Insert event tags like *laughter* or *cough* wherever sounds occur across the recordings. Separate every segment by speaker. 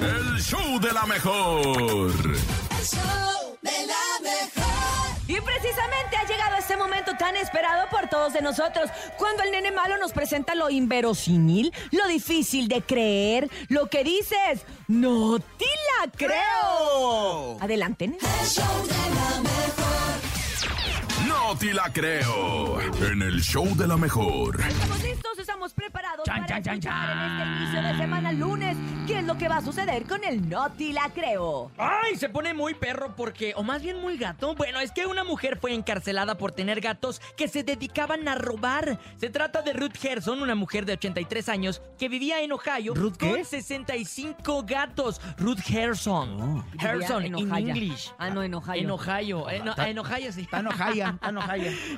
Speaker 1: El show de la mejor.
Speaker 2: Y precisamente ha llegado este momento tan esperado por todos de nosotros, cuando el nene malo nos presenta lo inverosímil, lo difícil de creer, lo que dices, no te la creo. Adelante, nene.
Speaker 1: No te la creo. En el show de la mejor.
Speaker 2: Estamos listos, estamos preparados
Speaker 3: Chan,
Speaker 2: para
Speaker 3: chan, chan,
Speaker 2: escuchar en este
Speaker 3: chan.
Speaker 2: inicio de semana lunes qué es lo que va a suceder con el no te la creo.
Speaker 3: Ay, se pone muy perro porque, o más bien muy gato. Bueno, es que una mujer fue encarcelada por tener gatos que se dedicaban a robar. Se trata de Ruth Gerson, una mujer de 83 años que vivía en Ohio
Speaker 4: ¿Ruth qué?
Speaker 3: con 65 gatos. Ruth Gerson.
Speaker 4: Oh.
Speaker 3: Gerson,
Speaker 2: en
Speaker 3: in
Speaker 2: Ohio.
Speaker 3: English.
Speaker 2: Ah, no, en Ohio.
Speaker 3: En Ohio. Eh, no,
Speaker 4: Ah, Está-
Speaker 3: en Ohio, sí.
Speaker 4: Está enojaya, está enojaya.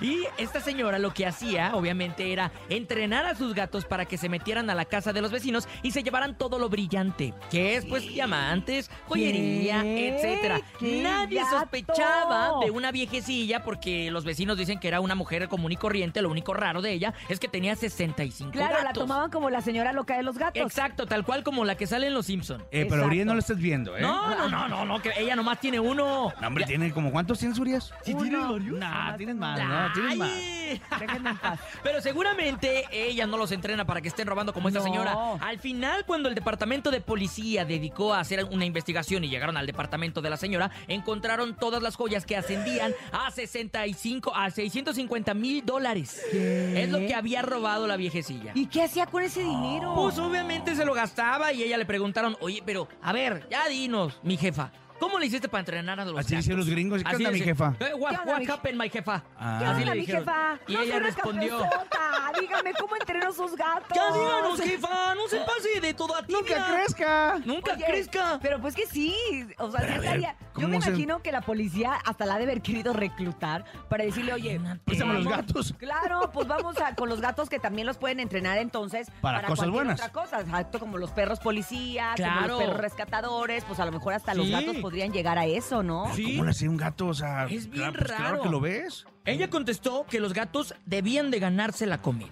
Speaker 3: Y esta señora lo que hacía, obviamente, era entrenar a sus gatos para que se metieran a la casa de los vecinos y se llevaran todo lo brillante, que es pues diamantes, joyería,
Speaker 2: ¿Qué?
Speaker 3: etcétera.
Speaker 2: ¡Qué
Speaker 3: Nadie
Speaker 2: gato!
Speaker 3: sospechaba de una viejecilla porque los vecinos dicen que era una mujer común y corriente, lo único raro de ella es que tenía 65
Speaker 2: Claro, la
Speaker 3: gatos.
Speaker 2: tomaban como la señora loca de los gatos.
Speaker 3: Exacto, tal cual como la que sale en Los Simpson.
Speaker 4: Eh, pero
Speaker 2: Exacto.
Speaker 4: Urias no lo estás viendo, ¿eh?
Speaker 3: No, no, no, no, no, que ella nomás tiene uno.
Speaker 4: No, hombre, tiene como cuántos tienes, Urias?
Speaker 2: Sí, tiene Uno. varios.
Speaker 4: No, tienes más, no, tienes más.
Speaker 3: Ay.
Speaker 2: Déjenme en paz.
Speaker 3: Pero seguramente ella no los entrena para que estén robando como esta
Speaker 2: No.
Speaker 3: señora. Al final, cuando el departamento de policía dedicó a hacer una investigación y llegaron al departamento de la señora, encontraron todas las joyas que ascendían a 65, a 650 mil dólares. Es lo que había robado la viejecilla.
Speaker 2: ¿Y qué hacía con ese dinero?
Speaker 3: Pues obviamente se lo gastaba y ella le preguntaron, oye, pero a ver, ya dinos, mi jefa, ¿cómo le hiciste para entrenar a los
Speaker 4: Así dicen
Speaker 3: gatos?"
Speaker 4: los gringos. ¿Qué
Speaker 3: Así
Speaker 4: onda, mi
Speaker 3: dice,
Speaker 4: jefa?
Speaker 3: "Eh, what,
Speaker 2: ¿Qué onda,
Speaker 3: what
Speaker 2: mi je-
Speaker 3: happened, my jefa?
Speaker 4: Ah.
Speaker 2: ¿Qué
Speaker 3: Así
Speaker 2: onda,
Speaker 3: le
Speaker 2: mi
Speaker 3: dijeron.
Speaker 2: jefa?
Speaker 3: Y
Speaker 2: no
Speaker 3: ella
Speaker 2: soy
Speaker 3: respondió.
Speaker 2: recapezota. Dígame, ¿cómo entreno sus gatos?
Speaker 3: Ya díganos, jefa, no se pase de toda tibia.
Speaker 4: ¡Nunca crezca!
Speaker 3: Nunca
Speaker 2: Oye,
Speaker 3: crezca.
Speaker 2: Pero pues que sí. O sea, sí
Speaker 4: ver,
Speaker 2: estaría- Yo
Speaker 4: ¿cómo
Speaker 2: me
Speaker 4: se-
Speaker 2: imagino que la policía hasta la ha de haber querido reclutar para decirle, oye,
Speaker 3: Imagínate.
Speaker 2: pues
Speaker 4: Préstame los
Speaker 2: vamos-
Speaker 4: gatos.
Speaker 2: Claro, pues vamos a, con los gatos que también los pueden entrenar entonces
Speaker 4: Para cosas
Speaker 2: cualquier
Speaker 4: buenas.
Speaker 2: Otra cosa, exacto, como los perros policía, como
Speaker 3: Claro.
Speaker 2: los perros rescatadores, pues a lo mejor hasta los
Speaker 3: Sí.
Speaker 2: gatos podrían llegar a eso, ¿no?
Speaker 3: Sí.
Speaker 4: ¿Cómo le hacía un gato? O sea,
Speaker 3: Es bien
Speaker 4: claro, pues
Speaker 3: raro.
Speaker 4: claro que lo ves.
Speaker 3: Ella contestó que los gatos debían de ganarse la comida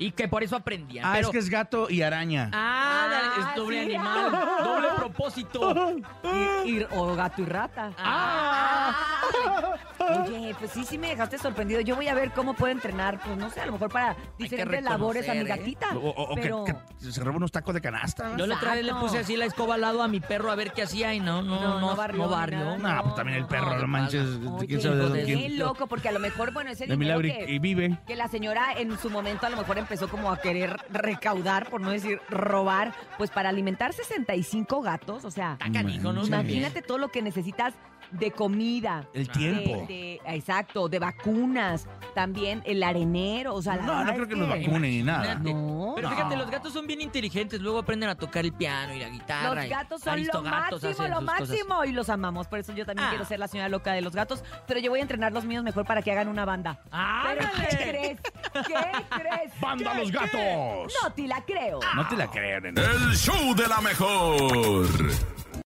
Speaker 3: y que por eso aprendían.
Speaker 4: Ah,
Speaker 3: pero-
Speaker 4: es que es gato y araña.
Speaker 3: Ah, dale,
Speaker 2: Ah,
Speaker 3: es doble
Speaker 2: sí.
Speaker 3: animal, doble
Speaker 4: *laughs*
Speaker 3: propósito.
Speaker 2: Y- y- o gato y rata.
Speaker 3: Ah.
Speaker 2: Oye, pues sí, sí me dejaste sorprendido. Yo voy a ver cómo puedo entrenar, pues no sé, a lo mejor para
Speaker 3: que
Speaker 2: diferentes labores a mi
Speaker 3: reconocer, ¿eh?
Speaker 2: gatita.
Speaker 4: O, o- o que-
Speaker 2: pero...
Speaker 4: que, se roba unos tacos de canasta.
Speaker 3: Yo
Speaker 4: No,
Speaker 3: la otra vez le puse así la escoba al lado a mi perro a ver qué hacía y no, no,
Speaker 2: No,
Speaker 3: no,
Speaker 2: no barrió
Speaker 3: no
Speaker 2: ni
Speaker 3: barrió.
Speaker 2: nada.
Speaker 4: pues también el
Speaker 2: no,
Speaker 4: perro,
Speaker 3: no,
Speaker 4: no,
Speaker 3: no,
Speaker 4: manches.
Speaker 2: Oye, pues,
Speaker 4: ¿Quién sabe de
Speaker 3: hijo
Speaker 4: dónde?
Speaker 3: de
Speaker 2: qué
Speaker 4: quién-
Speaker 3: mil-
Speaker 2: loco, porque a lo mejor, bueno, ese
Speaker 4: De
Speaker 2: dinero
Speaker 4: milagro
Speaker 2: que,
Speaker 4: y vive.
Speaker 2: que la señora en su momento a lo mejor empezó como a querer recaudar, por no decir robar, pues para alimentar 65 gatos, o sea,
Speaker 3: Está canijo, ¿no?
Speaker 4: Sí.
Speaker 2: imagínate todo lo que necesitas de comida.
Speaker 4: El
Speaker 3: Ah.
Speaker 2: de-
Speaker 4: tiempo.
Speaker 2: de- exacto, de vacunas, también el arenero, o sea, la
Speaker 4: No,
Speaker 2: verdad
Speaker 4: no
Speaker 2: es
Speaker 4: creo que nos
Speaker 3: vacune.
Speaker 4: vacunen ni nada.
Speaker 3: Imagínate.
Speaker 2: No.
Speaker 3: Pero
Speaker 4: No.
Speaker 3: fíjate, los gatos son bien inteligentes, luego aprenden a tocar el piano y la guitarra.
Speaker 2: Los
Speaker 3: y
Speaker 2: gatos son lo
Speaker 3: aristogatos
Speaker 2: máximo,
Speaker 3: hacen
Speaker 2: lo
Speaker 3: sus cosas.
Speaker 2: máximo. Y los amamos. Por eso yo también
Speaker 3: Ah.
Speaker 2: quiero ser la señora loca de los gatos. Pero yo voy a entrenar los míos mejor para que hagan una banda. Pero,
Speaker 3: ¡Ándale!
Speaker 2: ¿qué crees? ¿Qué crees?
Speaker 4: *laughs* ¡Banda los gatos!
Speaker 3: Ah.
Speaker 2: No te la creo.
Speaker 4: No te la creen.
Speaker 1: El show de la mejor.